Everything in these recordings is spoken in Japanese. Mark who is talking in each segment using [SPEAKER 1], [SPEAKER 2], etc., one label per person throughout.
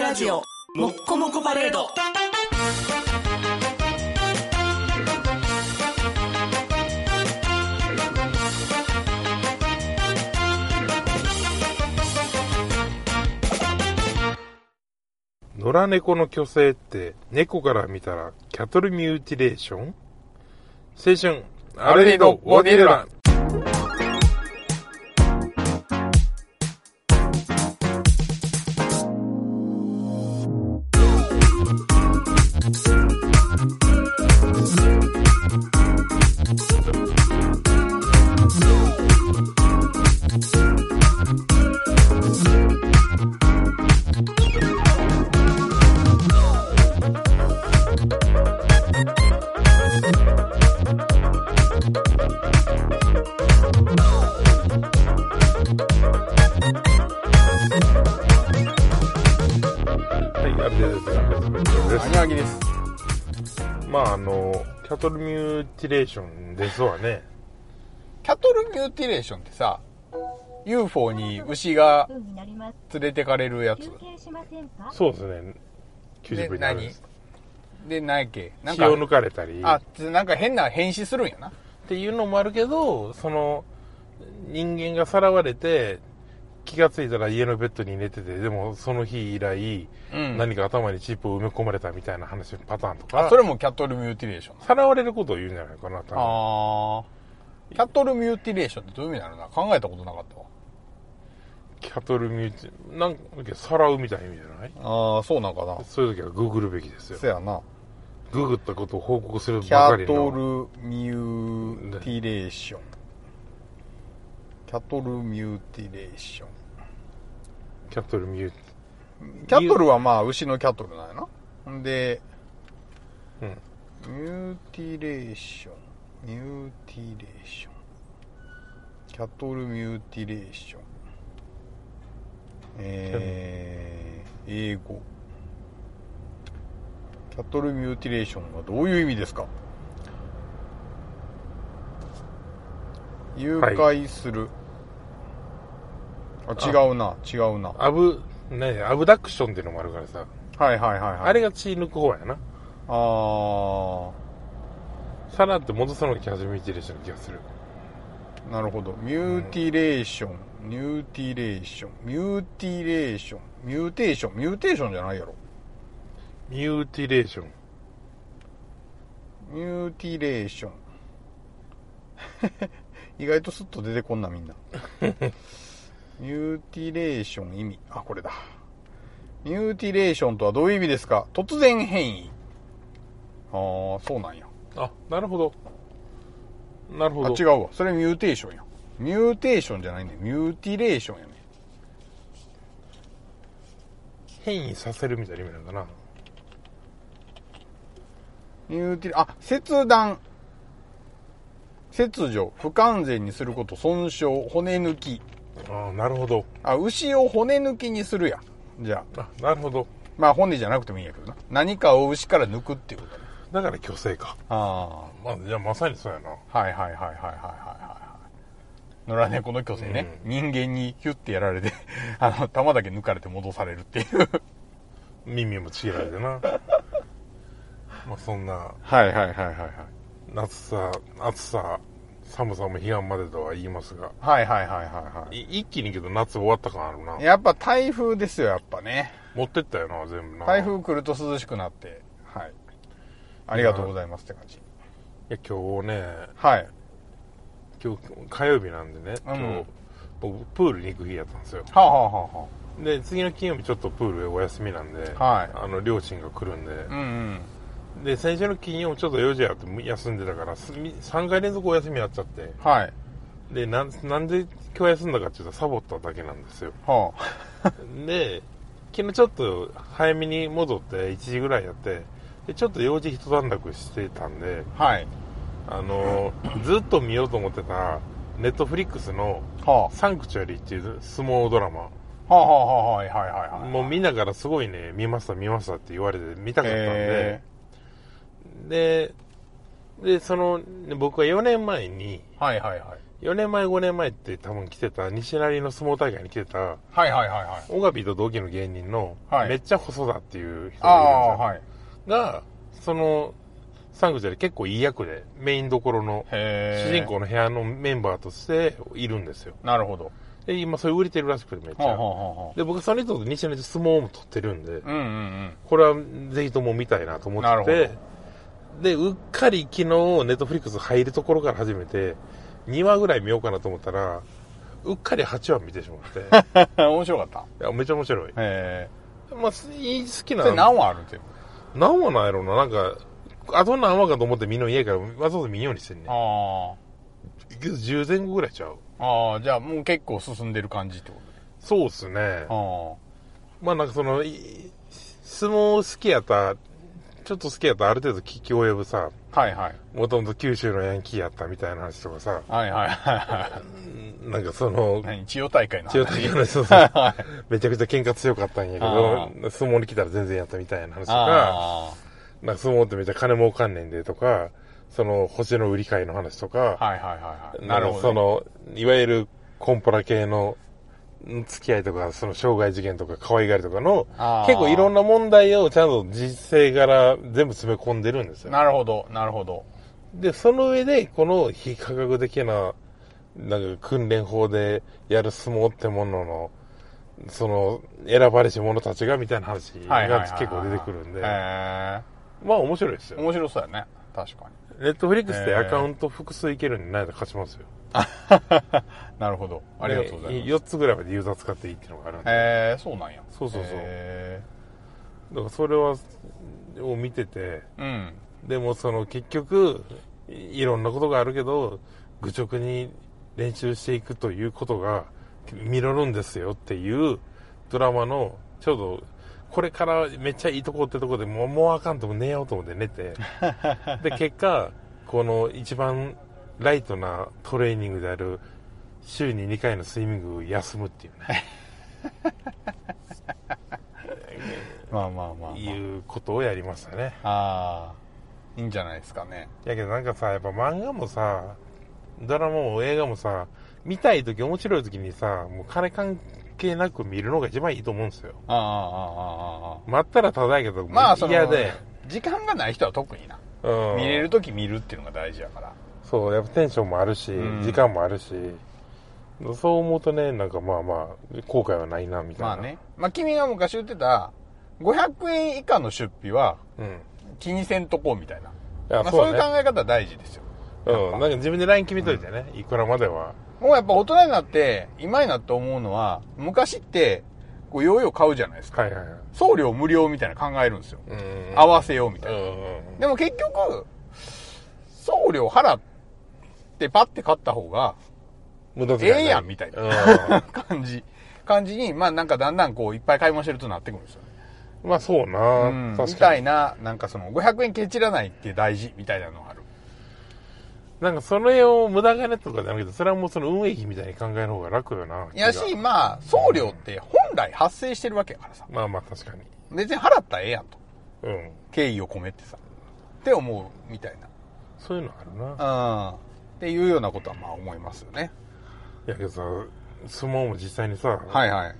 [SPEAKER 1] ラジオもっこもこパレード
[SPEAKER 2] 野良猫の虚勢って猫から見たらキャトルミューティレーション青春アルディド・ボディルランはいアルディド・ボディルラン
[SPEAKER 3] ア
[SPEAKER 2] で
[SPEAKER 3] ニアギです。
[SPEAKER 2] すまああのキャトルミューティレーションですわね
[SPEAKER 3] キャトルミューティレーションってさ、UFO に牛が
[SPEAKER 4] になります。
[SPEAKER 3] 連れてかれるやつ
[SPEAKER 4] 休。憩しませんか。
[SPEAKER 2] そうですね90分になるんです
[SPEAKER 3] で、何やっけなん
[SPEAKER 2] 血を
[SPEAKER 3] か、
[SPEAKER 2] 抜かれたり
[SPEAKER 3] あ、つなんか変な変死するんやな。
[SPEAKER 2] っていうのもあるけどその人間がさらわれて気がついたら家のベッドに寝ててでもその日以来、
[SPEAKER 3] うん
[SPEAKER 2] 何か頭にチップを埋め込まれたみたいな話のパターンと
[SPEAKER 3] あ
[SPEAKER 2] か
[SPEAKER 3] それもキャトルミューティレーション。
[SPEAKER 2] さらわれることを言うんじゃないかなと
[SPEAKER 3] あー。キャトルミューティレーションってどういう意味なのかな考えたことなかったわ。
[SPEAKER 2] キャトルミュージなんかさらうみたいな意味じゃない
[SPEAKER 3] あー、そうなんかな。
[SPEAKER 2] そういう時はググるべきですよ
[SPEAKER 3] そやな。
[SPEAKER 2] ググったことを報告するば
[SPEAKER 3] キャ
[SPEAKER 2] かり
[SPEAKER 3] ト
[SPEAKER 2] の
[SPEAKER 3] ルミューティレーション。キャトルミューティレーション。
[SPEAKER 2] キャトルミュー
[SPEAKER 3] キャトルはまあ牛のキャトルなんやな。ほんで、
[SPEAKER 2] うん
[SPEAKER 3] ミューティレーション。ミューティレーション。キャトルミューティレーション。えー、英語。キャトルミューティレーションはどういう意味ですか誘拐する。あ、違うな、違うな。は
[SPEAKER 2] アブねアブダクションっていうのもあるからさ、
[SPEAKER 3] いはいはいはい。
[SPEAKER 2] あれが血抜く方やな
[SPEAKER 3] あ
[SPEAKER 2] さらって戻すのがキャトルミューティレーションな気がする
[SPEAKER 3] ーなるほどミューティレーション、ミューティレーションミューティレーションミューテーションミューテーションじゃないやろ
[SPEAKER 2] ミューティレーション
[SPEAKER 3] ミューティレーション 意外とスッと出てこんなみ んなミューティレーション意味あこれだミューティレーションとはどういう意味ですか突然変異ああそうなんや
[SPEAKER 2] あなるほどなるほ
[SPEAKER 3] あ
[SPEAKER 2] ど
[SPEAKER 3] 違うわそれミューテーションやミューテーションじゃないねミューティレーションやね
[SPEAKER 2] 変異させるみたいな意味なんだな
[SPEAKER 3] ニューティリあ、切断。切除、不完全にすること、損傷、骨抜き。
[SPEAKER 2] ああなるほど
[SPEAKER 3] あ、牛を骨抜きにするや。じゃあ、
[SPEAKER 2] あなるほど
[SPEAKER 3] まあ骨じゃなくてもいいんやけどな。何かを牛から抜くっていうことね。
[SPEAKER 2] だから虚勢か
[SPEAKER 3] あ
[SPEAKER 2] まあじゃあまさにそうやな
[SPEAKER 3] あ、はいはいはいはいはいはいはい。野良猫の虚勢ね、人間にヒュッてやられて、 あの、玉だけ抜かれて戻されるっていう。
[SPEAKER 2] 耳もちぎられてな まあそんな
[SPEAKER 3] はいはいはいはいはい。
[SPEAKER 2] 夏さ暑さ寒さも彼岸までとは言いますが
[SPEAKER 3] はいはいはいはいはい。
[SPEAKER 2] 一気にけど夏終わった感あるない
[SPEAKER 3] やっぱ台風ですよ、やっぱね。
[SPEAKER 2] 持ってったよな全部な
[SPEAKER 3] 台
[SPEAKER 2] い
[SPEAKER 3] 風来ると涼しくなって、はい。ありがとうございますって感じ。
[SPEAKER 2] や今日ね
[SPEAKER 3] はい。
[SPEAKER 2] 今日火曜日なんでね
[SPEAKER 3] う
[SPEAKER 2] 今
[SPEAKER 3] ん
[SPEAKER 2] 日、僕プールに行く日やったんですよ
[SPEAKER 3] はあ、はあはあは
[SPEAKER 2] で次の金曜日ちょっとプールお休みなんで、
[SPEAKER 3] はい
[SPEAKER 2] あの両親が来るんで、
[SPEAKER 3] あ、うん
[SPEAKER 2] で先週の金曜ちょっと4時やって休んでたから3回連続お休みやっちゃって
[SPEAKER 3] うん。はい。
[SPEAKER 2] でなんなんで今日休んだかっていうとサボっただけなんですよ
[SPEAKER 3] は
[SPEAKER 2] で昨日ちょっと早めに戻って1時ぐらいやってでちょっと用事一段落してたんで
[SPEAKER 3] あ。はい。
[SPEAKER 2] あ のずっと見ようと思ってたネットフリックスの
[SPEAKER 3] は
[SPEAKER 2] 「サンクチュアリー」っていう相撲ドラマ
[SPEAKER 3] あ。はあはあはあ、はいはいはいはい。
[SPEAKER 2] もうみんなからすごいね見ました見ましたって言われて見たかったんで、
[SPEAKER 3] え
[SPEAKER 2] で、で、その、僕は4年前に、
[SPEAKER 3] はいはいはい。
[SPEAKER 2] 4年前、5年前って多分来てた、西成の相撲大会に来てた、
[SPEAKER 3] はいはいはいはい。
[SPEAKER 2] オガビと同期の芸人の、
[SPEAKER 3] はい
[SPEAKER 2] めっちゃ細田っていう人
[SPEAKER 3] ああ、
[SPEAKER 2] がい
[SPEAKER 3] はい。
[SPEAKER 2] るんですよが、その、サンクチュアリ結構いい役で、メインどころの、
[SPEAKER 3] へ
[SPEAKER 2] 主
[SPEAKER 3] え。
[SPEAKER 2] 人公の部屋のメンバーとしているんですよ。
[SPEAKER 3] なるほど。
[SPEAKER 2] で、今それ売れてるらしくてめっち
[SPEAKER 3] はあ、は
[SPEAKER 2] ゃ。
[SPEAKER 3] あは
[SPEAKER 2] で、僕その人と西成で相撲も取ってるんで
[SPEAKER 3] あ、、うんうん
[SPEAKER 2] これはぜひとも見たいなと思
[SPEAKER 3] な
[SPEAKER 2] っ
[SPEAKER 3] る
[SPEAKER 2] てて
[SPEAKER 3] ほ、
[SPEAKER 2] で、うっかり昨日、ネットフリックス入るところから始めて、2話ぐらい見ようかなと思ったら、うっかり8話見てしま って、い
[SPEAKER 3] うん。面白かった。
[SPEAKER 2] やめっちゃ面白い。
[SPEAKER 3] へえ。
[SPEAKER 2] まあ、すいい好きな
[SPEAKER 3] それ何話あるっていう
[SPEAKER 2] 何話なんやろうな、なんか、あと何話かと思ってみんな家からわざわざ見んようにしてんねん。
[SPEAKER 3] の
[SPEAKER 2] けど10前後ぐらいちゃう。
[SPEAKER 3] ああ。ああ、じゃあもう結構進んでる感じってこ
[SPEAKER 2] そうっすね。
[SPEAKER 3] と
[SPEAKER 2] まあなんかその、い相撲好きやった、ちょっと好きやったある程度聞き及ぶさ、
[SPEAKER 3] ああ。はいはい。
[SPEAKER 2] もともと九州のヤンキーやったみたいな話とかさ、
[SPEAKER 3] はいはいはい はい。
[SPEAKER 2] なんかその、
[SPEAKER 3] 何千代大会の
[SPEAKER 2] 千代
[SPEAKER 3] 話
[SPEAKER 2] 大の人さ、
[SPEAKER 3] はい。
[SPEAKER 2] めちゃくちゃ喧嘩強かったんやけ
[SPEAKER 3] あ
[SPEAKER 2] ど、相撲に来たら全然やったみたいな話とか、
[SPEAKER 3] あ
[SPEAKER 2] なんか相撲ってめっちゃ金儲かんねんでとか、その星の売り買いの話とか、
[SPEAKER 3] あ。はいはいはいはい。
[SPEAKER 2] な
[SPEAKER 3] な
[SPEAKER 2] る
[SPEAKER 3] る
[SPEAKER 2] ほ
[SPEAKER 3] ほ
[SPEAKER 2] ど、
[SPEAKER 3] ど、ね。
[SPEAKER 2] その、いわゆるコンプラ系のん付き合いとか、その傷害事件とか可愛がりとかの
[SPEAKER 3] あ、ー
[SPEAKER 2] 結構いろんな問題をちゃんと人生柄全部詰め込んでるんですよ。
[SPEAKER 3] なるほど、なるほど。
[SPEAKER 2] で、その上で、この非科学的な、なんか訓練法でやる相撲ってものの、その、選ばれし者たちがみたいな話
[SPEAKER 3] はいはい
[SPEAKER 2] が
[SPEAKER 3] はいはい。
[SPEAKER 2] 結構出てくるんで、
[SPEAKER 3] へえ。
[SPEAKER 2] まあ面白いですよ。
[SPEAKER 3] 面白そうやね。確かに。
[SPEAKER 2] ネットフリックスでアカウント複数いけるんで、何やったら貸しますよ。
[SPEAKER 3] なるほど。ありがとうございます。
[SPEAKER 2] 4つぐらいまでユーザー使っていいっていうのがあるんで。
[SPEAKER 3] へえ、そうなんや。
[SPEAKER 2] そうそうそう
[SPEAKER 3] へ
[SPEAKER 2] だからそれは、を見てて、
[SPEAKER 3] えうん。
[SPEAKER 2] でもその結局、いいろんなことがあるけど、愚直に練習していくということが見れるんですよっていうドラマの、ちょうど、これからめっちゃいいとこってとこでもう、もうあかんとも寝ようと思って寝て、で、結果、この一番ライトなトレーニングである、週に2回のスイミングを休むっていうね、
[SPEAKER 3] まあまあまあ、まあ。
[SPEAKER 2] いうことをやりましたね。
[SPEAKER 3] ああ、いいんじゃないですかね。
[SPEAKER 2] やけどなんかさ、やっぱ漫画もさ、ドラマも映画もさ、見たいとき、面白いときにさ、もう金関係なく見るのが一番いいと思うんですよ。
[SPEAKER 3] ああ、ああ、ああ、ああ。
[SPEAKER 2] 待ったらただやけど、もう
[SPEAKER 3] まあ、その
[SPEAKER 2] 嫌で、、
[SPEAKER 3] 時間がない人は特にな。
[SPEAKER 2] うん
[SPEAKER 3] 見れるとき見るっていうのが大事やから。
[SPEAKER 2] そう、やっぱテンションもあるし、
[SPEAKER 3] うん
[SPEAKER 2] 時間もあるし、そう思うとね、なんかまあまあ、後悔はないな、みたい
[SPEAKER 3] ま
[SPEAKER 2] な。
[SPEAKER 3] あね。まあ、君が昔言ってた、500円以下の出費は
[SPEAKER 2] うん。
[SPEAKER 3] 気にせんとこうみたいな。
[SPEAKER 2] いや
[SPEAKER 3] まあ、
[SPEAKER 2] そ
[SPEAKER 3] そう
[SPEAKER 2] う
[SPEAKER 3] いう
[SPEAKER 2] ね
[SPEAKER 3] 考え方は大事ですよ。
[SPEAKER 2] うん。なんか自分で LINE 決めといてね、いくらまでは。
[SPEAKER 3] もうやっぱ大人になって、今になって思うのは、昔って、こう、ヨーヨー買うじゃないですか。
[SPEAKER 2] はいはいはい。
[SPEAKER 3] 送料無料みたいな考えるんですよ。
[SPEAKER 2] うん
[SPEAKER 3] 合わせようみた
[SPEAKER 2] う
[SPEAKER 3] い
[SPEAKER 2] んう
[SPEAKER 3] な。
[SPEAKER 2] んうん。
[SPEAKER 3] でも結局、送料払ってパッて買った方が、
[SPEAKER 2] 無駄遣いな
[SPEAKER 3] ええやんみたいな、
[SPEAKER 2] うん
[SPEAKER 3] 感じ。感じに、まあなんかだんだんこういっぱい買い物してるとなってくるんですよね。
[SPEAKER 2] まあそうな、
[SPEAKER 3] うん。み
[SPEAKER 2] 確か
[SPEAKER 3] た
[SPEAKER 2] に。
[SPEAKER 3] いな、なんかその500円ケチらないって大事みたいなのがある。
[SPEAKER 2] なんかそれを無駄金とかじゃなくて、それはもうその運営費みたいに考える方が楽よな。
[SPEAKER 3] いや
[SPEAKER 2] 気
[SPEAKER 3] し、
[SPEAKER 2] が
[SPEAKER 3] まあ送料って本来発生してるわけやからさ。
[SPEAKER 2] まあまあ確かに。
[SPEAKER 3] 別に払ったらええやんと。
[SPEAKER 2] うん。
[SPEAKER 3] 敬意を込めてさ。って思うみたい
[SPEAKER 2] そういうのあるな。
[SPEAKER 3] な。うん。っていうようなことはまあ思いますよね。
[SPEAKER 2] いやけどさ、相撲も実際にさ、
[SPEAKER 3] はいはい。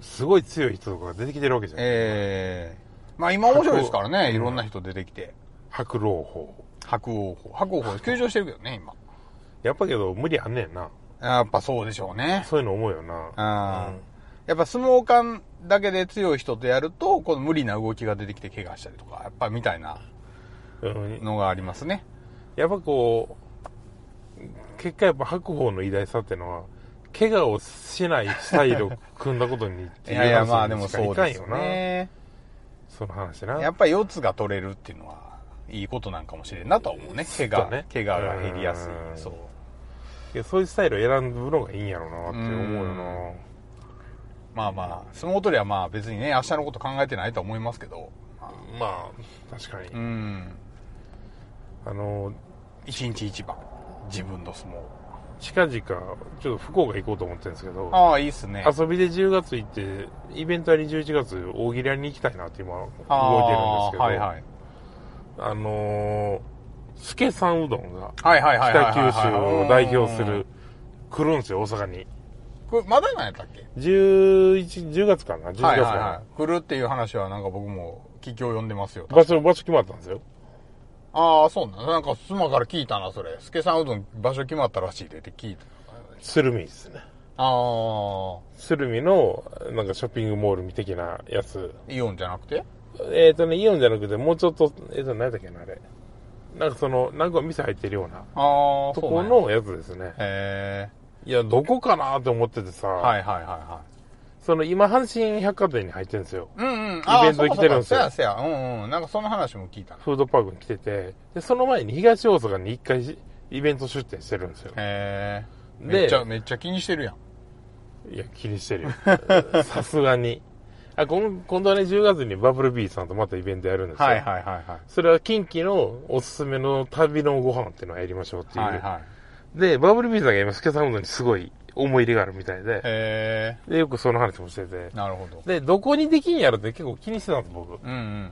[SPEAKER 2] すごい強い人とかが出てきてるわけじゃん。
[SPEAKER 3] ええまあ今面白いですから
[SPEAKER 2] 白鵬
[SPEAKER 3] ね。いろんな人出てきて。
[SPEAKER 2] 白老法。
[SPEAKER 3] 白王鵬。白王鵬、休場してるけどね、今。
[SPEAKER 2] やっぱけど無理あんねんな。
[SPEAKER 3] やっぱそうでしょうね。
[SPEAKER 2] そういうの思うよな。
[SPEAKER 3] あーやっぱ相撲感だけで強い人とやると、この無理な動きが出てきて怪我したりとか、やっぱみたいな
[SPEAKER 2] うん。うん
[SPEAKER 3] のがありますね。
[SPEAKER 2] やっぱこう、結果やっぱ白鵬の偉大さってのは、怪我をしないスタイルを組んだことにって
[SPEAKER 3] い
[SPEAKER 2] いう
[SPEAKER 3] やいや、まあ
[SPEAKER 2] 話
[SPEAKER 3] で
[SPEAKER 2] に
[SPEAKER 3] も
[SPEAKER 2] しか
[SPEAKER 3] そ
[SPEAKER 2] いうかん
[SPEAKER 3] です
[SPEAKER 2] よな。
[SPEAKER 3] ね。
[SPEAKER 2] その話な。
[SPEAKER 3] やっぱり四つが取れるっていうのは、いいことなんかもしれんなとは思うね。怪
[SPEAKER 2] そう
[SPEAKER 3] 我、
[SPEAKER 2] ね
[SPEAKER 3] 怪我が減りやすい
[SPEAKER 2] うん。
[SPEAKER 3] そう。
[SPEAKER 2] いやそういうスタイルを選ぶのがいいんやろうなって思うよな
[SPEAKER 3] まあまあ、相撲取りはまあ別にね、明日のこと考えてないとは思いますけど、
[SPEAKER 2] まあ確かに、
[SPEAKER 3] うん。
[SPEAKER 2] あの
[SPEAKER 3] 一日一番、自分の相撲。
[SPEAKER 2] 近々ちょっと福岡行こうと思ってるんですけど
[SPEAKER 3] ああ、いいっすね。
[SPEAKER 2] 遊びで10月行ってイベントは11月大喜利屋に行きたいなって今動いてるんですけど
[SPEAKER 3] あーはいはい。
[SPEAKER 2] あのースケさんうどんが、
[SPEAKER 3] はいはいはいはい
[SPEAKER 2] 北
[SPEAKER 3] はいはい。
[SPEAKER 2] 九州を代表す
[SPEAKER 3] うん
[SPEAKER 2] る、来るんですよ、大阪に。
[SPEAKER 3] これ、まだなんやったっけ
[SPEAKER 2] 11、10月かな ?10 月かな、
[SPEAKER 3] はいはいはい。来るっていう話はなんか僕も聞きを読んでますよ。
[SPEAKER 2] 場所、場所決まったんですよ。
[SPEAKER 3] ああ、そうなんなんか妻から聞いたな、それ。スケさんうどん場所決まったらしいでって聞いた。
[SPEAKER 2] 鶴見ですね。
[SPEAKER 3] ああ、
[SPEAKER 2] 鶴見の、なんかショッピングモール的なやつ。
[SPEAKER 3] イオンじゃなくて
[SPEAKER 2] えっ、とね、イオンじゃなくて、もうちょっと、えっ、と、何だっけな、あれ。なんかその、なんか店入ってるような、
[SPEAKER 3] ああ、
[SPEAKER 2] とこ
[SPEAKER 3] そうなんや
[SPEAKER 2] のやつですね。
[SPEAKER 3] へ
[SPEAKER 2] いや、どこかなって思っててさ、
[SPEAKER 3] え。はいはいはいはい。
[SPEAKER 2] その、今、阪神百貨店に入ってるんですよ。
[SPEAKER 3] うんうん。
[SPEAKER 2] イベントに来てるんですよ
[SPEAKER 3] あーそうかそうかそうやそうや。うんうん。なんかその話も聞いたな。
[SPEAKER 2] フードパークに来てて、で、その前に東大阪に一回しイベント出店してるんですよ。
[SPEAKER 3] へえ。
[SPEAKER 2] で
[SPEAKER 3] めっちゃ、めっちゃ気にしてるやん。
[SPEAKER 2] いや、気にしてるよ。 さすがに。あ、今今度はね、10月にバブルビーさんとまたイベントやるんですよ。
[SPEAKER 3] はいはいはいはい。
[SPEAKER 2] それは近畿のおすすめの旅のご飯っていうのをやりましょうっていう。
[SPEAKER 3] はいはい。
[SPEAKER 2] で、バブルビーさんが今、スケさんうどんにすごい思い入れがあるみたいで、
[SPEAKER 3] へ
[SPEAKER 2] で、よくその話もしてて
[SPEAKER 3] え。。なるほど。
[SPEAKER 2] で、どこにできんやろって結構気にしてたんです、僕。
[SPEAKER 3] うんうん。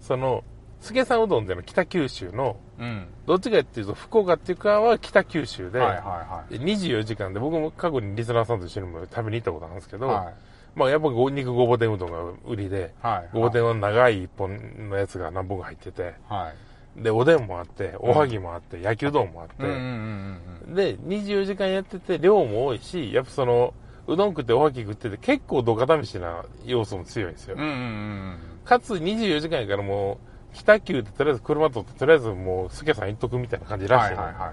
[SPEAKER 2] その、スケさんうどんっていうのは北九州の、
[SPEAKER 3] うん。
[SPEAKER 2] どっちかっていうと、福岡っていうかは北九州で、
[SPEAKER 3] はいはいはい。
[SPEAKER 2] 24時間で僕も過去にリスナーさんと一緒にも食べに行ったことあるんですけど、
[SPEAKER 3] はい
[SPEAKER 2] まあやっぱご肉ごぼ天うどんが売りで、
[SPEAKER 3] はい。
[SPEAKER 2] ごぼ天は長い一本のやつが何本か入ってて、
[SPEAKER 3] はい。
[SPEAKER 2] で、おでんもあって、おはぎもあって、焼きうどんもあって、
[SPEAKER 3] うんうんうんうん
[SPEAKER 2] で、24時間やってて量も多いし、やっぱその、うどん食っておはぎ食ってて結構どかだめしな要素も強いんですよ。
[SPEAKER 3] うん。うんうん
[SPEAKER 2] かつ24時間やからもう、北急ってとりあえず車取ってとりあえずもう、すけさん一徳みたいな感じ
[SPEAKER 3] うん。
[SPEAKER 2] らし
[SPEAKER 3] はいいはい
[SPEAKER 2] の
[SPEAKER 3] は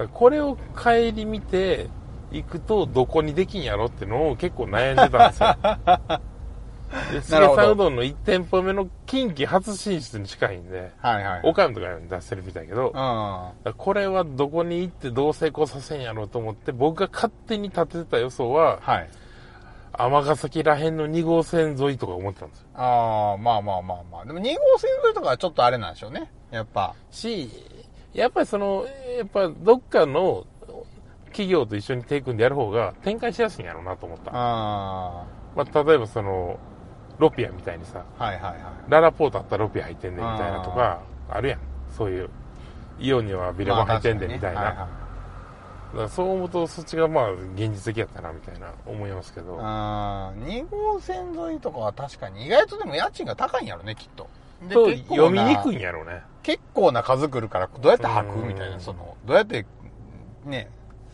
[SPEAKER 3] いは
[SPEAKER 2] これを帰り見て行くとどこにできんやろってのを結構悩んでたんですよ。 で、ス
[SPEAKER 3] なるほ
[SPEAKER 2] ケ
[SPEAKER 3] ど
[SPEAKER 2] さんうどんの1店舗目の近畿初進出に近いんで、
[SPEAKER 3] い。はいはい。
[SPEAKER 2] 岡山とかに出してるみたいやけど、だか
[SPEAKER 3] うん。
[SPEAKER 2] らこれはどこに行ってどう成功させんやろうと思って、僕が勝手に立ててた予想は、
[SPEAKER 3] はい。
[SPEAKER 2] 尼崎らへんの2号線沿いとか思ってたんですよ。
[SPEAKER 3] ああ、まあまあまあまあ。でも2号線沿いとかはちょっとあれなんでしょうね。やっぱ。
[SPEAKER 2] し、やっぱりその、やっぱどっかの企業と一緒に手組んでやる方が展開しやすいんやろうなと思った。
[SPEAKER 3] あ
[SPEAKER 2] まあ、例えばその、ロピアみたいにさ、
[SPEAKER 3] あ。はいはいはい。
[SPEAKER 2] ララポートあったらロピア入ってんねんみたいなとか、あるやん。そういう、イオンにはビレバン入ってんねんみたいな。
[SPEAKER 3] まあ確かにねはいはい
[SPEAKER 2] だからそう思うと、そっちがまあ、現実的やったな、みたいな思いますけど。
[SPEAKER 3] あー2号線沿いとかは確かに意外とでも家賃が高いんやろねきっとで
[SPEAKER 2] と
[SPEAKER 3] 結構
[SPEAKER 2] 読み
[SPEAKER 3] な
[SPEAKER 2] にくいんやろうね。
[SPEAKER 3] 結構な数来るからどうやって履
[SPEAKER 2] う
[SPEAKER 3] く
[SPEAKER 2] ん
[SPEAKER 3] みたいなそのどうやってね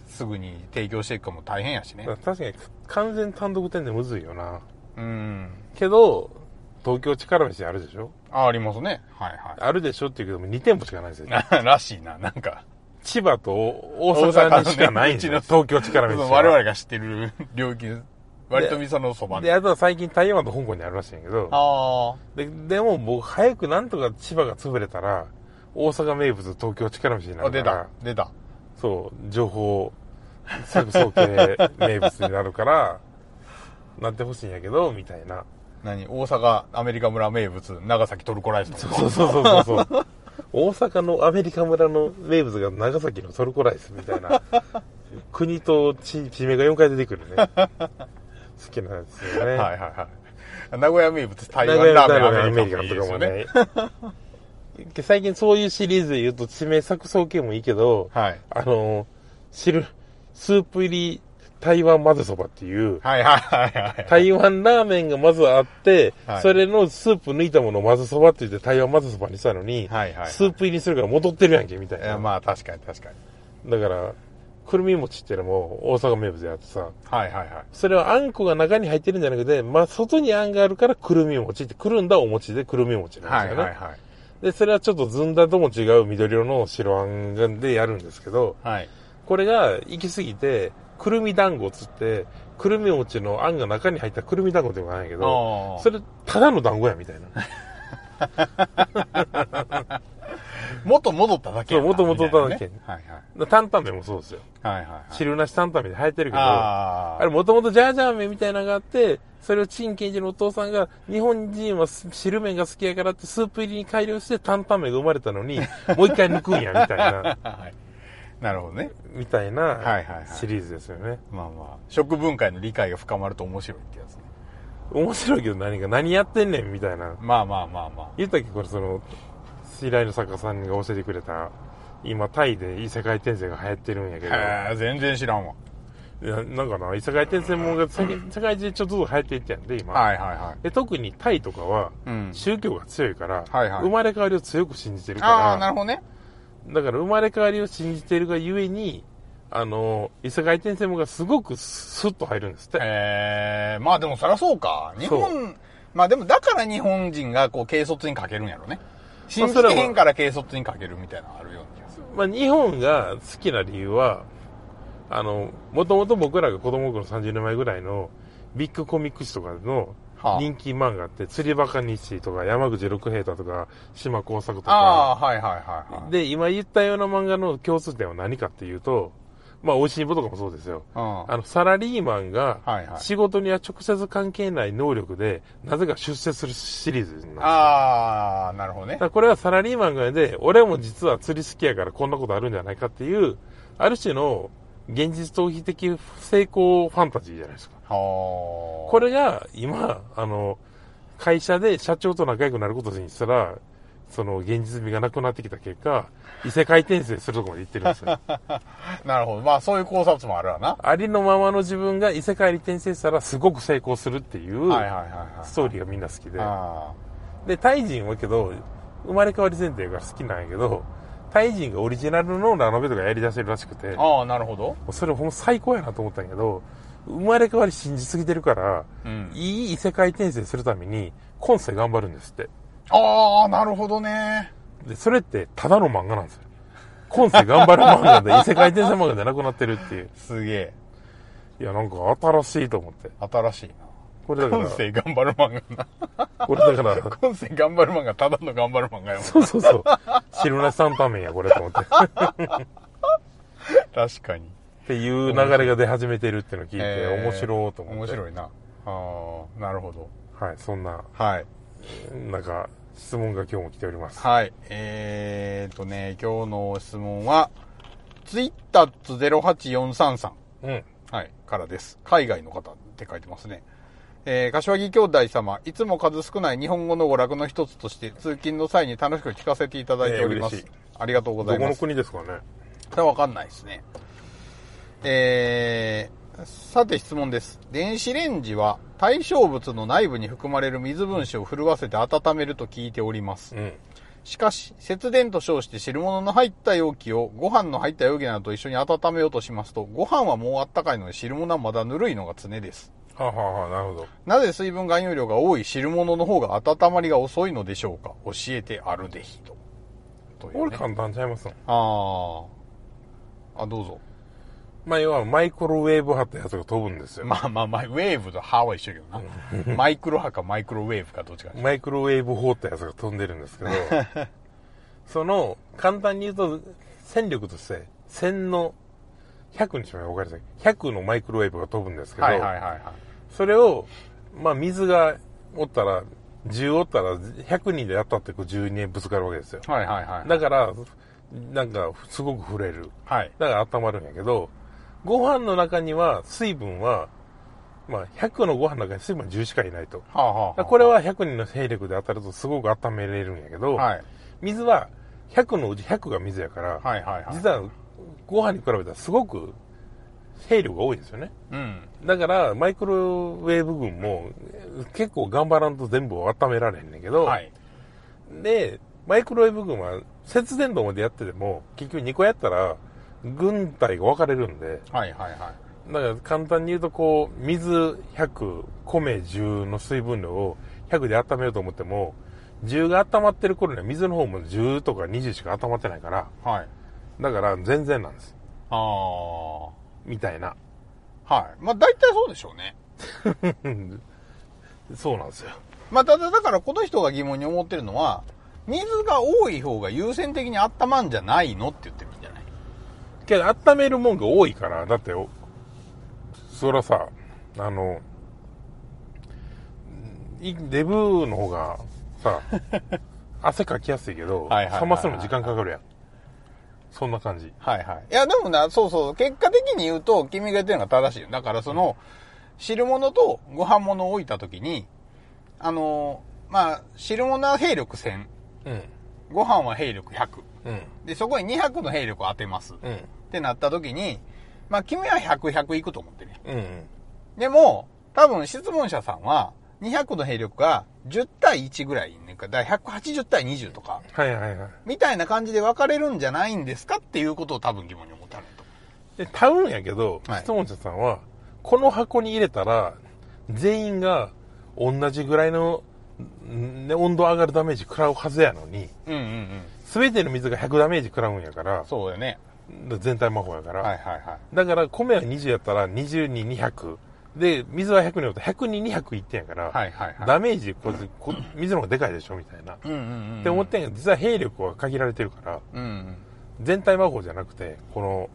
[SPEAKER 3] すぐに提供していくかも大変やしね
[SPEAKER 2] だから確かに、完全単独店でむずいよな。
[SPEAKER 3] うん
[SPEAKER 2] けど、東京力飯あるでしょ
[SPEAKER 3] あありますねはい
[SPEAKER 2] あるでしょって言うけども、2店舗しかないんですよ。
[SPEAKER 3] はいらしいななんか
[SPEAKER 2] 千葉と大阪にしかないん ですよ。
[SPEAKER 3] 大
[SPEAKER 2] 東京力
[SPEAKER 3] そ
[SPEAKER 2] 飯は。
[SPEAKER 3] の我々が知ってる領域割とみそのそば
[SPEAKER 2] で、
[SPEAKER 3] であ
[SPEAKER 2] あとは最近台湾と香港にあるらしいんやけど。
[SPEAKER 3] あー
[SPEAKER 2] で、でも僕、早くなんとか千葉が潰れたら、大阪名物東京力飯にな
[SPEAKER 3] あ
[SPEAKER 2] るか
[SPEAKER 3] 出た
[SPEAKER 2] ら、
[SPEAKER 3] 出た
[SPEAKER 2] そう、情報、作総系名物になるから、なってほしいんやけど、みたいな。
[SPEAKER 3] 何大阪アメリカ村名物長崎トルコライスの
[SPEAKER 2] そうそうそうそうそう。大阪のアメリカ村の名物が長崎のトルコライスみたいな。国と地地名が4回出てくるね。好きなんですよね。
[SPEAKER 3] はいはいはい。名古屋名物台
[SPEAKER 2] 名
[SPEAKER 3] 湾
[SPEAKER 2] 古
[SPEAKER 3] ラ
[SPEAKER 2] 屋
[SPEAKER 3] ーメ
[SPEAKER 2] ラーメン
[SPEAKER 3] ン
[SPEAKER 2] ア
[SPEAKER 3] ア
[SPEAKER 2] メ
[SPEAKER 3] メ
[SPEAKER 2] リ
[SPEAKER 3] リ
[SPEAKER 2] カ
[SPEAKER 3] カ
[SPEAKER 2] ン
[SPEAKER 3] ン
[SPEAKER 2] とか
[SPEAKER 3] とか
[SPEAKER 2] も
[SPEAKER 3] も
[SPEAKER 2] ね
[SPEAKER 3] ね。
[SPEAKER 2] 最近そういうシリーズで言うと、地名作草系もいいけど、
[SPEAKER 3] はい
[SPEAKER 2] あの、汁、スープ入り台湾混ぜそばっていう、
[SPEAKER 3] はいはいはいはい。
[SPEAKER 2] 台湾ラーメンがまずあって、
[SPEAKER 3] はい
[SPEAKER 2] それのスープ抜いたものを混ぜそばって言って台湾混ぜそばにしたのに、
[SPEAKER 3] はいはいはい
[SPEAKER 2] スープ入りにするから戻ってるやんけ、みたい
[SPEAKER 3] いや
[SPEAKER 2] な。
[SPEAKER 3] まあ確かに確かに。
[SPEAKER 2] だから、くるみ餅っていうのも大阪名物であってさ、
[SPEAKER 3] はいはいはい。
[SPEAKER 2] それはあんこが中に入ってるんじゃなくて、まあ、外にあんがあるからくるみ餅って、くるんだお餅でくるみ餅なんですよ
[SPEAKER 3] はい
[SPEAKER 2] ね。
[SPEAKER 3] はいはい。
[SPEAKER 2] で、それはちょっとずんだとも違う緑色の白あんでやるんですけど、
[SPEAKER 3] はい。
[SPEAKER 2] これが行き過ぎて、くるみ団子っつって、くるみ餅のあんが中に入ったくるみ団子でもないんやけど、
[SPEAKER 3] あ
[SPEAKER 2] それ、ただの団子や、みたいな。
[SPEAKER 3] 元戻っただけやな。
[SPEAKER 2] そう元々戻っただけ
[SPEAKER 3] みいなねはいはい。
[SPEAKER 2] 担々麺もそうですよ。
[SPEAKER 3] はいはいはい。
[SPEAKER 2] 汁なし担々麺で流行ってるけど、あ
[SPEAKER 3] あ
[SPEAKER 2] れもともとジャージャー麺みたいなのがあって、それを陳建一のお父さんが、日本人はす汁麺が好きやからってスープ入りに改良して担々麺が生まれたの に、もう一回抜くんや、みたいな、
[SPEAKER 3] あ。はい。なるほどね。
[SPEAKER 2] みたい
[SPEAKER 3] はい
[SPEAKER 2] な
[SPEAKER 3] はいはい
[SPEAKER 2] シリーズですよね。
[SPEAKER 3] まあまあ。食文化への理解が深まると面白いってやつね。
[SPEAKER 2] 面白いけど何か何やってんねんみたいな。
[SPEAKER 3] まあまあまあま
[SPEAKER 2] 言ったっけこれその、知り合いの作家さんが教えてくれた、
[SPEAKER 3] あ。
[SPEAKER 2] 今タイで異世界転生が流行ってるんやけど
[SPEAKER 3] へえ、全然知らんわ。
[SPEAKER 2] いやなんかな異世界転生もんが世界世界中でちょっとずつ流行っていってやんで今、
[SPEAKER 3] はいはいはい。
[SPEAKER 2] で特にタイとかは
[SPEAKER 3] うん。
[SPEAKER 2] 宗教が強いから、
[SPEAKER 3] はいはい
[SPEAKER 2] 生まれ変わりを強く信じてる
[SPEAKER 3] ああ、な
[SPEAKER 2] か
[SPEAKER 3] るほどね。
[SPEAKER 2] らだから生まれ変わりを信じてるがゆえにあの異世界転生もんがすごくスッと入るんです って、
[SPEAKER 3] ええ、まあでもそりゃそうか。日本、まあでもだから日本人がこう軽率にかけるんやろね。信じてへんから軽率にかけるみたいなのあるような気がする。
[SPEAKER 2] まあ、日本が好きな理由はあのもともと僕らが子供の頃30年前ぐらいのビッグコミック誌とかの
[SPEAKER 3] はあ
[SPEAKER 2] 人気漫画って、釣りバカ日誌とか山口六平太とか島耕作とか
[SPEAKER 3] ああ、はいはいはいはい。
[SPEAKER 2] で、今言ったような漫画の共通点は何かっていうと、まあ、美味しい棒とかもそうですよ。
[SPEAKER 3] うん
[SPEAKER 2] あの、サラリーマンが
[SPEAKER 3] はいは、い
[SPEAKER 2] 仕事には直接関係ない能力で、なぜか出世するシリーズになるんですよ。
[SPEAKER 3] ああ、なるほどね
[SPEAKER 2] だか。らこれはサラリーマンがで、俺も実は釣り好きやからこんなことあるんじゃないかっていう、ある種の現実逃避的成功ファンタジーじゃないですか。
[SPEAKER 3] はあ。
[SPEAKER 2] これが今、あの、会社で社長と仲良くなることにしたら、その現実味がなくなってきた結果、異世界転生するとこまで行ってるんです よ。
[SPEAKER 3] なるほど。まあそういう考察もあるわな。は
[SPEAKER 2] ありのままの自分が異世界に転生したらすごく成功するっていう
[SPEAKER 3] いはいはいはい。
[SPEAKER 2] ストーリーがみんな好きで。
[SPEAKER 3] あ
[SPEAKER 2] で、タイ人はけど、生まれ変わり前提が好きなんやけど、タイ人がオリジナルのラノベとかやり出してるらしくて
[SPEAKER 3] ー、あー、なるほど。
[SPEAKER 2] それほんま最高やなと思ったんやけど、生まれ変わり信じすぎてるから、
[SPEAKER 3] うん
[SPEAKER 2] いい異世界転生するために、今世頑張るんですって。
[SPEAKER 3] ああ、なるほどね。
[SPEAKER 2] で、それってただの漫画なんですよ。今世頑張る漫 画で異世界転生漫画じゃなくなってるっていう。
[SPEAKER 3] すげえ。
[SPEAKER 2] いや、なんか新しいと思って。
[SPEAKER 3] 新しい
[SPEAKER 2] これだ
[SPEAKER 3] な。
[SPEAKER 2] か
[SPEAKER 3] 今世頑張る漫画な。
[SPEAKER 2] ら、これだか ら、
[SPEAKER 3] 今世頑張る漫画、ただの頑張る漫画やもん。
[SPEAKER 2] そうそうそう。汁なし担々麺や、これと思って。
[SPEAKER 3] 確かに。
[SPEAKER 2] っていう流れが出始めてるっていうのを聞い
[SPEAKER 3] え
[SPEAKER 2] て、
[SPEAKER 3] ー
[SPEAKER 2] 面白いと思って。
[SPEAKER 3] 面白いな。ああ、なるほど。
[SPEAKER 2] はい、そんな、
[SPEAKER 3] はい。
[SPEAKER 2] なんか、質問が今日も来ております。
[SPEAKER 3] はい。えーっとね、今日の質問は、ツイッターツ08433さん。
[SPEAKER 2] うん。
[SPEAKER 3] はい、からです。海外の方って書いてますね。えー、柏木兄弟様、いつも数少ない日本語の娯楽の一つとして、通勤の際に楽しく聞かせていただいております。
[SPEAKER 2] えー嬉しい
[SPEAKER 3] ありがとうござ
[SPEAKER 2] ど
[SPEAKER 3] い
[SPEAKER 2] こ
[SPEAKER 3] ま
[SPEAKER 2] の
[SPEAKER 3] す。こ
[SPEAKER 2] 国ですかね
[SPEAKER 3] れはわかんないですね。えー、さて質問です。電子レンジは対象物の内部に含まれる水分子を震わせて温めると聞いております。
[SPEAKER 2] うん。
[SPEAKER 3] しかし、節電と称して汁物の入った容器をご飯の入った容器などと一緒に温めようとしますと、ご飯はもうあったかいので汁物はまだぬるいのが常です。
[SPEAKER 2] はあ、はあはあ、なるほど。
[SPEAKER 3] なぜ水分含有量が多い汁物の方が温まりが遅いのでしょうか教えてあるでひと。という
[SPEAKER 2] こ
[SPEAKER 3] ね
[SPEAKER 2] れ簡単ちゃいますの
[SPEAKER 3] ああ。あ、どうぞ。
[SPEAKER 2] まあ、要はマイクロウェーブ派ってやつが飛ぶんですよ。
[SPEAKER 3] まあまあまあ、ウェーブと歯は一緒やけどな。マイクロ波かマイクロウェーブかどっち か。
[SPEAKER 2] マイクロウェーブ砲ってやつが飛んでるんですけ ど、その、簡単に言うと、戦力として、1000の、100にしましょう。わかりません。100のマイクロウェーブが飛ぶんですけど、
[SPEAKER 3] はいはいはいはい。
[SPEAKER 2] それを、まあ、水がおったら、10おったら、100人でやったってこう12人ぶつかるわけですよ。
[SPEAKER 3] はいはいはい。
[SPEAKER 2] だから、なんか、すごく触れる。
[SPEAKER 3] はい。
[SPEAKER 2] だから温まるんやけど、ご飯の中には、水分は、まあ、100のご飯の中に水分は10しかいないと。
[SPEAKER 3] はあ、はあは
[SPEAKER 2] だか
[SPEAKER 3] あ、
[SPEAKER 2] らこれは100人の勢力で当たるとすごく温めれるんやけど、
[SPEAKER 3] はい。
[SPEAKER 2] 水は100のうち100が水やから、
[SPEAKER 3] はいはいはい。
[SPEAKER 2] 実はご飯に比べたらすごく勢力が多いんですよね。
[SPEAKER 3] うん。
[SPEAKER 2] だから、マイクロウェーブ軍もえー結構頑張らんと全部を温められへんねんけど、
[SPEAKER 3] はい。
[SPEAKER 2] で、マイクロウェーブ軍は節電度までやってても、結局2個やったら、軍隊が分かれるんで、
[SPEAKER 3] はいはいはい。
[SPEAKER 2] だから簡単に言うとこう、水100、米10の水分量を100で温めようと思っても、10が温まってる頃には水の方も10とか20しか温まってないから、
[SPEAKER 3] はい。
[SPEAKER 2] だから全然なんです。
[SPEAKER 3] ああ。は
[SPEAKER 2] みたいな。
[SPEAKER 3] い。まあ大体そうでしょうね。
[SPEAKER 2] そうなんですよ。
[SPEAKER 3] まあただだからこの人が疑問に思ってるのは、水が多い方が優先的に温まんじゃないのって言ってるんじゃない
[SPEAKER 2] けど温めるもんが多いからだっておそらさあのいデブーの方が さ汗かきやすいけど
[SPEAKER 3] はいはいはいはい
[SPEAKER 2] 冷ますのも時間かかるやんそんな感じ
[SPEAKER 3] はいはい。いやでもな、そうそう、結果的に言うと、君が言ってるのが正しいよ。だからその、汁物とご飯物を置いたときに、あのーまあ、汁物は兵力1000、
[SPEAKER 2] うん
[SPEAKER 3] ご飯は兵力100。
[SPEAKER 2] うん。
[SPEAKER 3] で、そこに200の兵力を当てます。っ
[SPEAKER 2] うん。
[SPEAKER 3] てなった時に、まあ、君は100、100いくと思ってるやん。
[SPEAKER 2] うん。
[SPEAKER 3] でも、多分質問者さんは、200の兵力が10対1ぐらい、ね、だから180対20とか、
[SPEAKER 2] はいはいはい。
[SPEAKER 3] みたいな感じで分かれるんじゃないんですかっていうことを多分疑問に思ったると
[SPEAKER 2] で、
[SPEAKER 3] 思
[SPEAKER 2] 多分やけど、
[SPEAKER 3] はい
[SPEAKER 2] 質問者さんは、この箱に入れたら、全員が同じぐらいの、んね、温度上がるダメージ食らうはずやのに、
[SPEAKER 3] う。うんうんうん。
[SPEAKER 2] すべての水が100ダメージ食らうんやから、
[SPEAKER 3] そうだよね。
[SPEAKER 2] 全体魔法やから、
[SPEAKER 3] はいはいはい。
[SPEAKER 2] だから米は20やったら20に200、で、水は100によって100に200いってんやから、
[SPEAKER 3] はいはいはい。
[SPEAKER 2] ダメージこいつ、こ水の方がでかいでしょみたいな。っ
[SPEAKER 3] うんうんうん。
[SPEAKER 2] て思ってんやけど、実は兵力は限られてるから、
[SPEAKER 3] うんうん。
[SPEAKER 2] 全体魔法じゃなくて、この、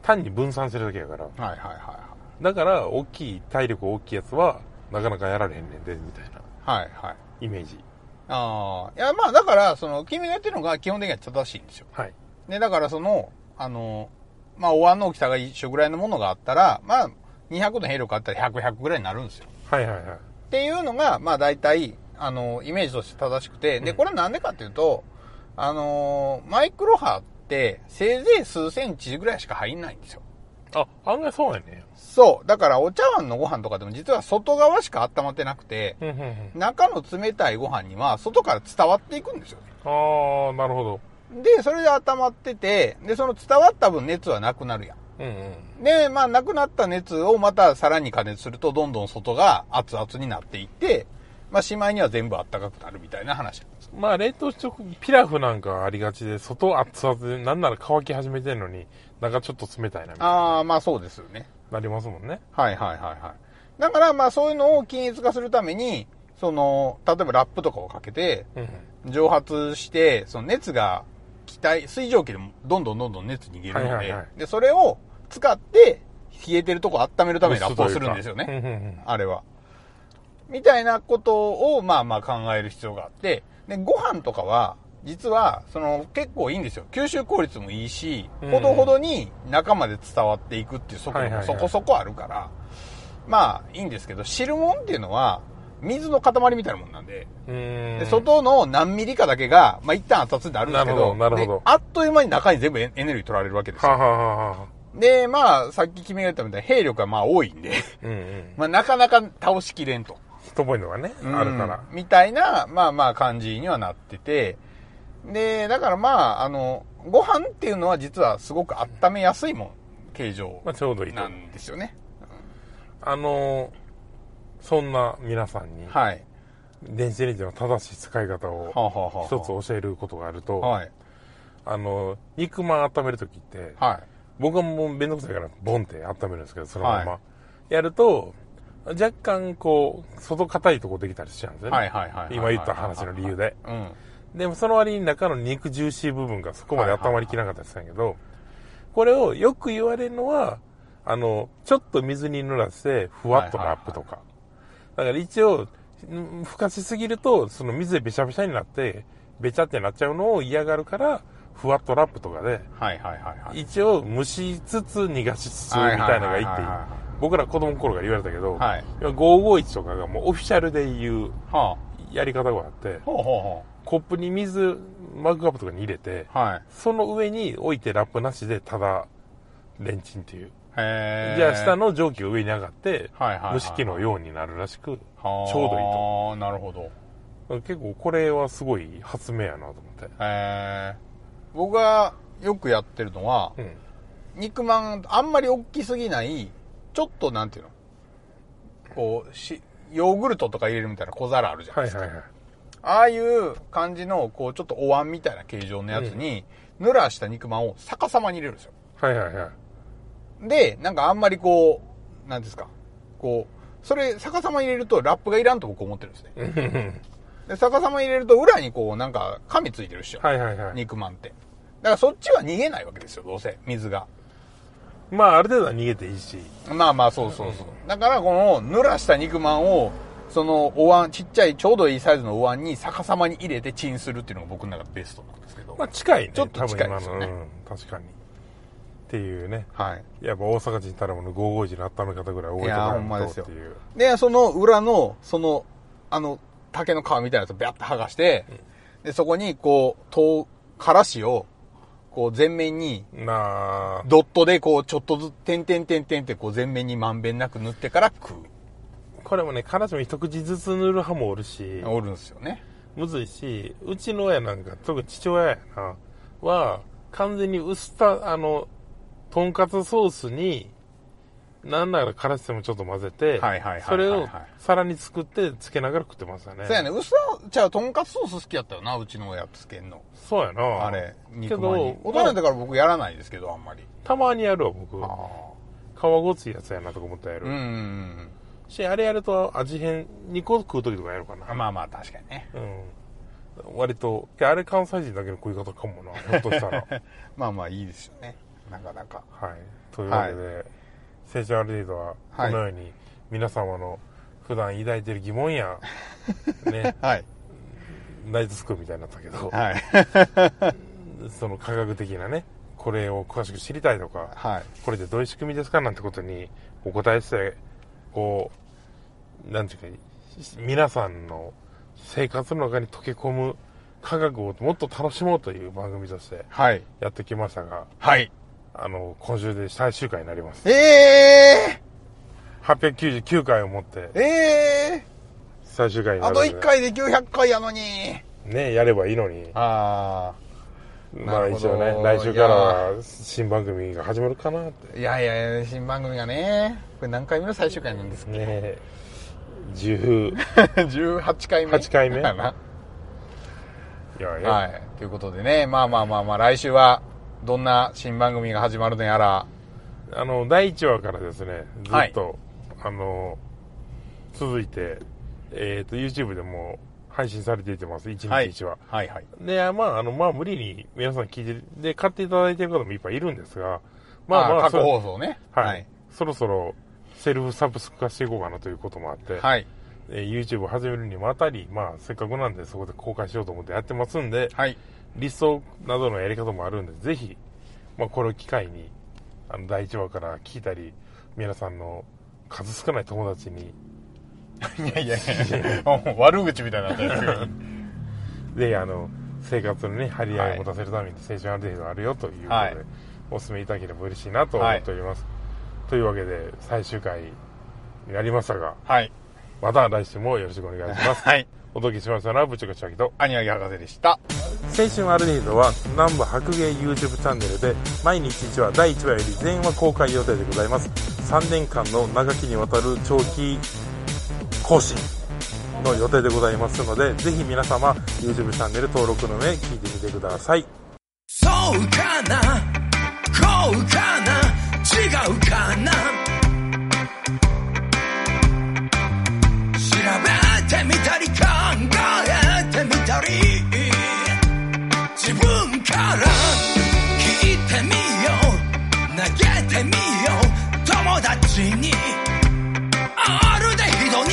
[SPEAKER 2] 単に分散するだけやから、
[SPEAKER 3] はいはいはいは。
[SPEAKER 2] だから、大きい、体力大きいやつは、なかなかやられへんねんで、みたいない
[SPEAKER 3] はいはい。
[SPEAKER 2] イメージ。
[SPEAKER 3] ああ。いやまあだから、その、君がやってるのが基本的には正しいんですよ。
[SPEAKER 2] はい。
[SPEAKER 3] で、だからその、あの、まあ、お椀の大きさが一緒ぐらいのものがあったら、まあ、200の兵力あったら100、100ぐらいになるんですよ。
[SPEAKER 2] はいはいはい。
[SPEAKER 3] っていうのが、まあ大体、あの、イメージとして正しくて、で、これはなんでかっていうと、あの、マイクロ波って、せいぜい数センチぐらいしか入んないんですよ。
[SPEAKER 2] あ、案外そうやね。
[SPEAKER 3] そう。だから、お茶碗のご飯とかでも実は外側しか温まってなくて、
[SPEAKER 2] うんうんうん。
[SPEAKER 3] 中の冷たいご飯には外から伝わっていくんですよね。
[SPEAKER 2] ああ、なるほど。
[SPEAKER 3] で、それで温まってて、で、その伝わった分熱はなくなるやん。
[SPEAKER 2] うんうん。
[SPEAKER 3] で、まあ、なくなった熱をまたさらに加熱すると、どんどん外が熱々になっていって、まあ、しまいには全部暖かくなるみたいな話なんです。
[SPEAKER 2] まあ、冷凍食品、ピラフなんかありがちで、外熱々で、なんなら乾き始めてるのに、なんかちょっと冷たいな、みたいな、
[SPEAKER 3] ああ、まあ、そうですよね。
[SPEAKER 2] なりますもんね。
[SPEAKER 3] はいはいはいはい。だから、まあ、そういうのを均一化するために、その、例えばラップとかをかけて、
[SPEAKER 2] うんうん。
[SPEAKER 3] 蒸発して、その熱が気体、水蒸気でもどんどんどんどん熱逃げるので、
[SPEAKER 2] はいはいはい
[SPEAKER 3] で、それを使って、冷えてるとこ温めるためにラップをするんですよね。
[SPEAKER 2] うんうんうん。
[SPEAKER 3] あれは。みたいなことを、まあまあ考える必要があって、で、ご飯とかは、実は、その、結構いいんですよ。吸収効率もいいし、
[SPEAKER 2] うん
[SPEAKER 3] ほどほどに中まで伝わっていくっていう速
[SPEAKER 2] は
[SPEAKER 3] 度
[SPEAKER 2] いはい
[SPEAKER 3] も
[SPEAKER 2] はい
[SPEAKER 3] そこそこあるから、まあ、いいんですけど、汁物っていうのは、水の塊みたいなもんなんで、
[SPEAKER 2] うーん。
[SPEAKER 3] で外の何ミリかだけが、まあ一旦熱々になるんですけど、
[SPEAKER 2] なるほどなるほど
[SPEAKER 3] であっという間に中に全部エエネルギー取られるわけです
[SPEAKER 2] はあ
[SPEAKER 3] よ。
[SPEAKER 2] はあはあはあ。
[SPEAKER 3] で、まあ、さっき君が言ったみたいに兵力がまあ多いんで、
[SPEAKER 2] うんうん。
[SPEAKER 3] まあなかなか倒しきれんと。
[SPEAKER 2] 人っぽいのがね、あるから。
[SPEAKER 3] うんみたいな、まあまあ感じにはなってて、で、だからまあ、あの、ご飯っていうのは実はすごく温めやすいもん、形状
[SPEAKER 2] まあ、ちょうどいいと
[SPEAKER 3] な。んですよね。
[SPEAKER 2] あのーそんな皆さんに、
[SPEAKER 3] はい。
[SPEAKER 2] 電子レンジの正しい使い方を
[SPEAKER 3] はあ、はあはあ、
[SPEAKER 2] 一つ教えることがあると、
[SPEAKER 3] はい。
[SPEAKER 2] あの、肉まん温めるときって、
[SPEAKER 3] は
[SPEAKER 2] 僕はもうめんどくさいから、ボンって温めるんですけど、そのまま。
[SPEAKER 3] は
[SPEAKER 2] やると、若干こう、外硬いとこできたりしちゃうんです
[SPEAKER 3] い。
[SPEAKER 2] よね。
[SPEAKER 3] はいはいはい。
[SPEAKER 2] 今言った話の理由。で。
[SPEAKER 3] うん。
[SPEAKER 2] でもその割に中の肉ジューシー部分がそこまで温まりきらなかったりしたんやけど、これをよく言われるのは、あの、ちょっと水に濡らして、ふわっとラップとか。だから一応、んふかしすぎると、その水でべしゃべしゃになって、べちゃってなっちゃうのを嫌がるから、ふわっとラップとかで、
[SPEAKER 3] はいはいはいはい。
[SPEAKER 2] 一応蒸しつつ逃がしつつみたいなのがいいっていう
[SPEAKER 3] はいはいはいはいはい
[SPEAKER 2] 僕ら子供の頃から言われたけど、
[SPEAKER 3] はい
[SPEAKER 2] 今551とかがもうオフィシャルで言う
[SPEAKER 3] はあ。
[SPEAKER 2] やり方があって、
[SPEAKER 3] ほうほうほ
[SPEAKER 2] コップに水、マグカップとかに入れて、
[SPEAKER 3] う。はい。
[SPEAKER 2] その上に置いてラップなしでただレンチンっていう。
[SPEAKER 3] へえ。
[SPEAKER 2] じゃあ下。の蒸気が上に上がって
[SPEAKER 3] はいはいは
[SPEAKER 2] 蒸
[SPEAKER 3] い、
[SPEAKER 2] し器のようになるらしく、
[SPEAKER 3] はあ。
[SPEAKER 2] ちょうどいいと。
[SPEAKER 3] ああ、なるほど。
[SPEAKER 2] 結構これはすごい発明やなと思って。
[SPEAKER 3] へえ。僕がよくやってるのは、
[SPEAKER 2] うん。
[SPEAKER 3] 肉まん、あんまり大きすぎない、ちょっとなんていうのこう、し、ヨーグルトとか入れるみたいな小皿あるじゃない
[SPEAKER 2] はい
[SPEAKER 3] ですか。
[SPEAKER 2] はいはい。
[SPEAKER 3] ああいう感じの、こう、ちょっとお椀みたいな形状のやつに、濡らした肉まんを逆さまに入れるんですよ。
[SPEAKER 2] はいはいはい。
[SPEAKER 3] で、なんかあんまりこう、なんですか、こう、それ逆さまに入れるとラップがいらんと僕思ってるんですね。で逆さまに入れると裏にこう、なんか紙ついてるっしょ。
[SPEAKER 2] はいはいはい。
[SPEAKER 3] 肉まんって。だからそっちは逃げないわけですよ、どうせ、水が。
[SPEAKER 2] まあある程度は逃げていいし。
[SPEAKER 3] まあまあ、そうそうそう。だから、この、濡らした肉まんを、その、お椀、ちっちゃい、ちょうどいいサイズのお椀に逆さまに入れてチンするっていうのが僕の中でベストなんですけど
[SPEAKER 2] ま。あ近いね。
[SPEAKER 3] ちょっと近いですよ
[SPEAKER 2] 多分今の
[SPEAKER 3] ね
[SPEAKER 2] うん。確かに。っていうね。
[SPEAKER 3] はい。
[SPEAKER 2] やっぱ大阪人たらもの551の温め方ぐらい覚えて
[SPEAKER 3] い
[SPEAKER 2] も
[SPEAKER 3] やー
[SPEAKER 2] ら
[SPEAKER 3] ほんま
[SPEAKER 2] わん
[SPEAKER 3] で
[SPEAKER 2] と
[SPEAKER 3] すよ
[SPEAKER 2] っていう。
[SPEAKER 3] で、その裏の、その、あの、竹の皮みたいなやつをビャッと剥がして、で、そこに、こう、唐、からしを、こう前面に、
[SPEAKER 2] なあ
[SPEAKER 3] ドットでこうちょっとずつ、点々点々ってこう全面にまんべんなく塗ってから食う。
[SPEAKER 2] これもね彼女も一口ずつ塗る派もおるし
[SPEAKER 3] おるんですよね。
[SPEAKER 2] むずいしうちの親なんか特に父親やなは完全に薄たあのとんかつソースになんならからしでもちょっと混ぜて
[SPEAKER 3] はいはいはいはいはい
[SPEAKER 2] それを皿に作ってつけながら食ってましたね
[SPEAKER 3] そうやね、うそ、じゃあ、とんかつソース好きやったよな、うちの親つけんの。
[SPEAKER 2] そうやな
[SPEAKER 3] あれ、
[SPEAKER 2] け
[SPEAKER 3] 肉まんに
[SPEAKER 2] ど。
[SPEAKER 3] 大人だから僕やらないですけど、あんまり。
[SPEAKER 2] たまにやるわ僕
[SPEAKER 3] あ
[SPEAKER 2] 皮ごついやつやなとか思ったらやる、
[SPEAKER 3] うんうんうん。
[SPEAKER 2] しあれやると味変2個食う時とかやるかな
[SPEAKER 3] まあまあ、確かにね。
[SPEAKER 2] うん割といやあれ関西人だけの食い方かもなひょっとしたらはい
[SPEAKER 3] まあまあ、いいですよね。なかなか。
[SPEAKER 2] というわけで、成長ある程度はこ
[SPEAKER 3] はい
[SPEAKER 2] のように皆様の普段抱いてる疑問 や、ね
[SPEAKER 3] はい。
[SPEAKER 2] ナイトスクープみたいになったけど、
[SPEAKER 3] はい。
[SPEAKER 2] その科学的なねこれを詳しく知りたいとか、
[SPEAKER 3] はい。
[SPEAKER 2] これでどういう仕組みですかなんてことにお答えして、こう、なんていうか、皆さんの生活の中に溶け込む科学をもっと楽しもうという番組として
[SPEAKER 3] はい。
[SPEAKER 2] やってきましたが、
[SPEAKER 3] はい。
[SPEAKER 2] あの、今週で最終回になります。
[SPEAKER 3] ええ
[SPEAKER 2] 899回をもって
[SPEAKER 3] ー、え
[SPEAKER 2] 最終回に
[SPEAKER 3] ー、
[SPEAKER 2] な
[SPEAKER 3] あ
[SPEAKER 2] るの
[SPEAKER 3] と
[SPEAKER 2] で。
[SPEAKER 3] 1回で900回やのに。
[SPEAKER 2] ね、やればいいのに。
[SPEAKER 3] あ
[SPEAKER 2] まあ
[SPEAKER 3] なるほ
[SPEAKER 2] 一
[SPEAKER 3] ど
[SPEAKER 2] 応ね、来週からは新番組が始まるかなって。
[SPEAKER 3] あ。いやいや、新番組がね、これ何回目の最終回なんですか
[SPEAKER 2] ね10、
[SPEAKER 3] 18回目
[SPEAKER 2] 8回目
[SPEAKER 3] かない
[SPEAKER 2] やいや、
[SPEAKER 3] はい。ということでね、まあまあまあまあ、来週は、どんな新番組が始まるのやら、
[SPEAKER 2] あの、第1話からですね、ずっと、あの、続いて、えっ、と、YouTube でも配信されていてます、1日1話。
[SPEAKER 3] はいはい。
[SPEAKER 2] で、まあ、あの、まあ、無理に皆さん聞いて、で、買っていただいてる方もいっぱいいるんですが、まあまあ、
[SPEAKER 3] 過去
[SPEAKER 2] そ
[SPEAKER 3] 放送ね。
[SPEAKER 2] はい、そろそろ、セルフサブスク化していこうかなということもあって、
[SPEAKER 3] はい。
[SPEAKER 2] えー YouTube を始めるにもあたり、まあ、せっかくなんでそこで公開しようと思ってやってますんで、
[SPEAKER 3] はい。
[SPEAKER 2] 理想などのやり方もあるんで、ぜひ、まあ、これを機会に、あの、第1話から聞いたり、皆さんの数少ない友達に、
[SPEAKER 3] いやいや いや、悪口みたいになった や
[SPEAKER 2] ぜひ、あの、生活のね、張り合い
[SPEAKER 3] は
[SPEAKER 2] を
[SPEAKER 3] い
[SPEAKER 2] 持たせるために、青春ある程度あるよということで、
[SPEAKER 3] はい
[SPEAKER 2] お勧めいただければ嬉しいなと思っております。というわけで、最終回になりましたが、
[SPEAKER 3] はい。
[SPEAKER 2] また来週もよろしくお願いします。
[SPEAKER 3] はい。
[SPEAKER 2] お届けしましたのは、ぶちょこちょあきと、
[SPEAKER 3] アニワギ博士でした。
[SPEAKER 2] 青春アルディードは南部白芸 YouTube チャンネルで毎日1話第1話より全話公開予定でございます3年間の長きにわたる長期更新の予定でございますのでぜひ皆様 YouTube チャンネル登録の上聞いてみてください
[SPEAKER 1] そうかなこうかな違うかな調べてみたり考えてみたり自分から聞いてみよう投げてみよう友達にあるでひどに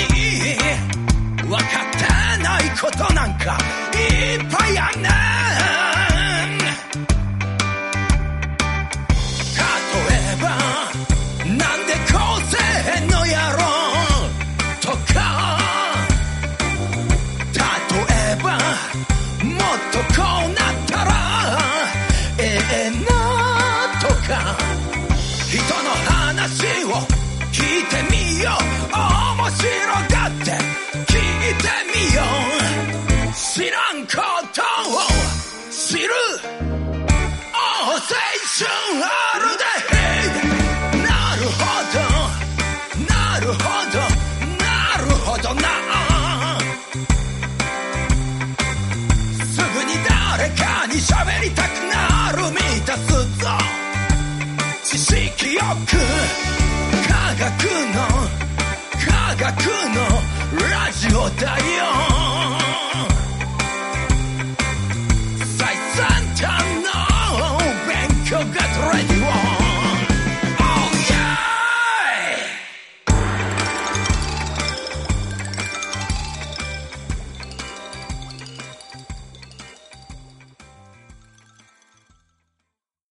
[SPEAKER 1] 分かってないことなんかいっぱいあんねん例えばなんでこうせへんのやろとか例えばもっとこうなったらええなとか人の話を聞いてみよう面白がって聞いてみよう知らんことを知る青春あるでなるほどなるほどなるほどなすぐに誰かに喋りたくなる満たすぞ知識欲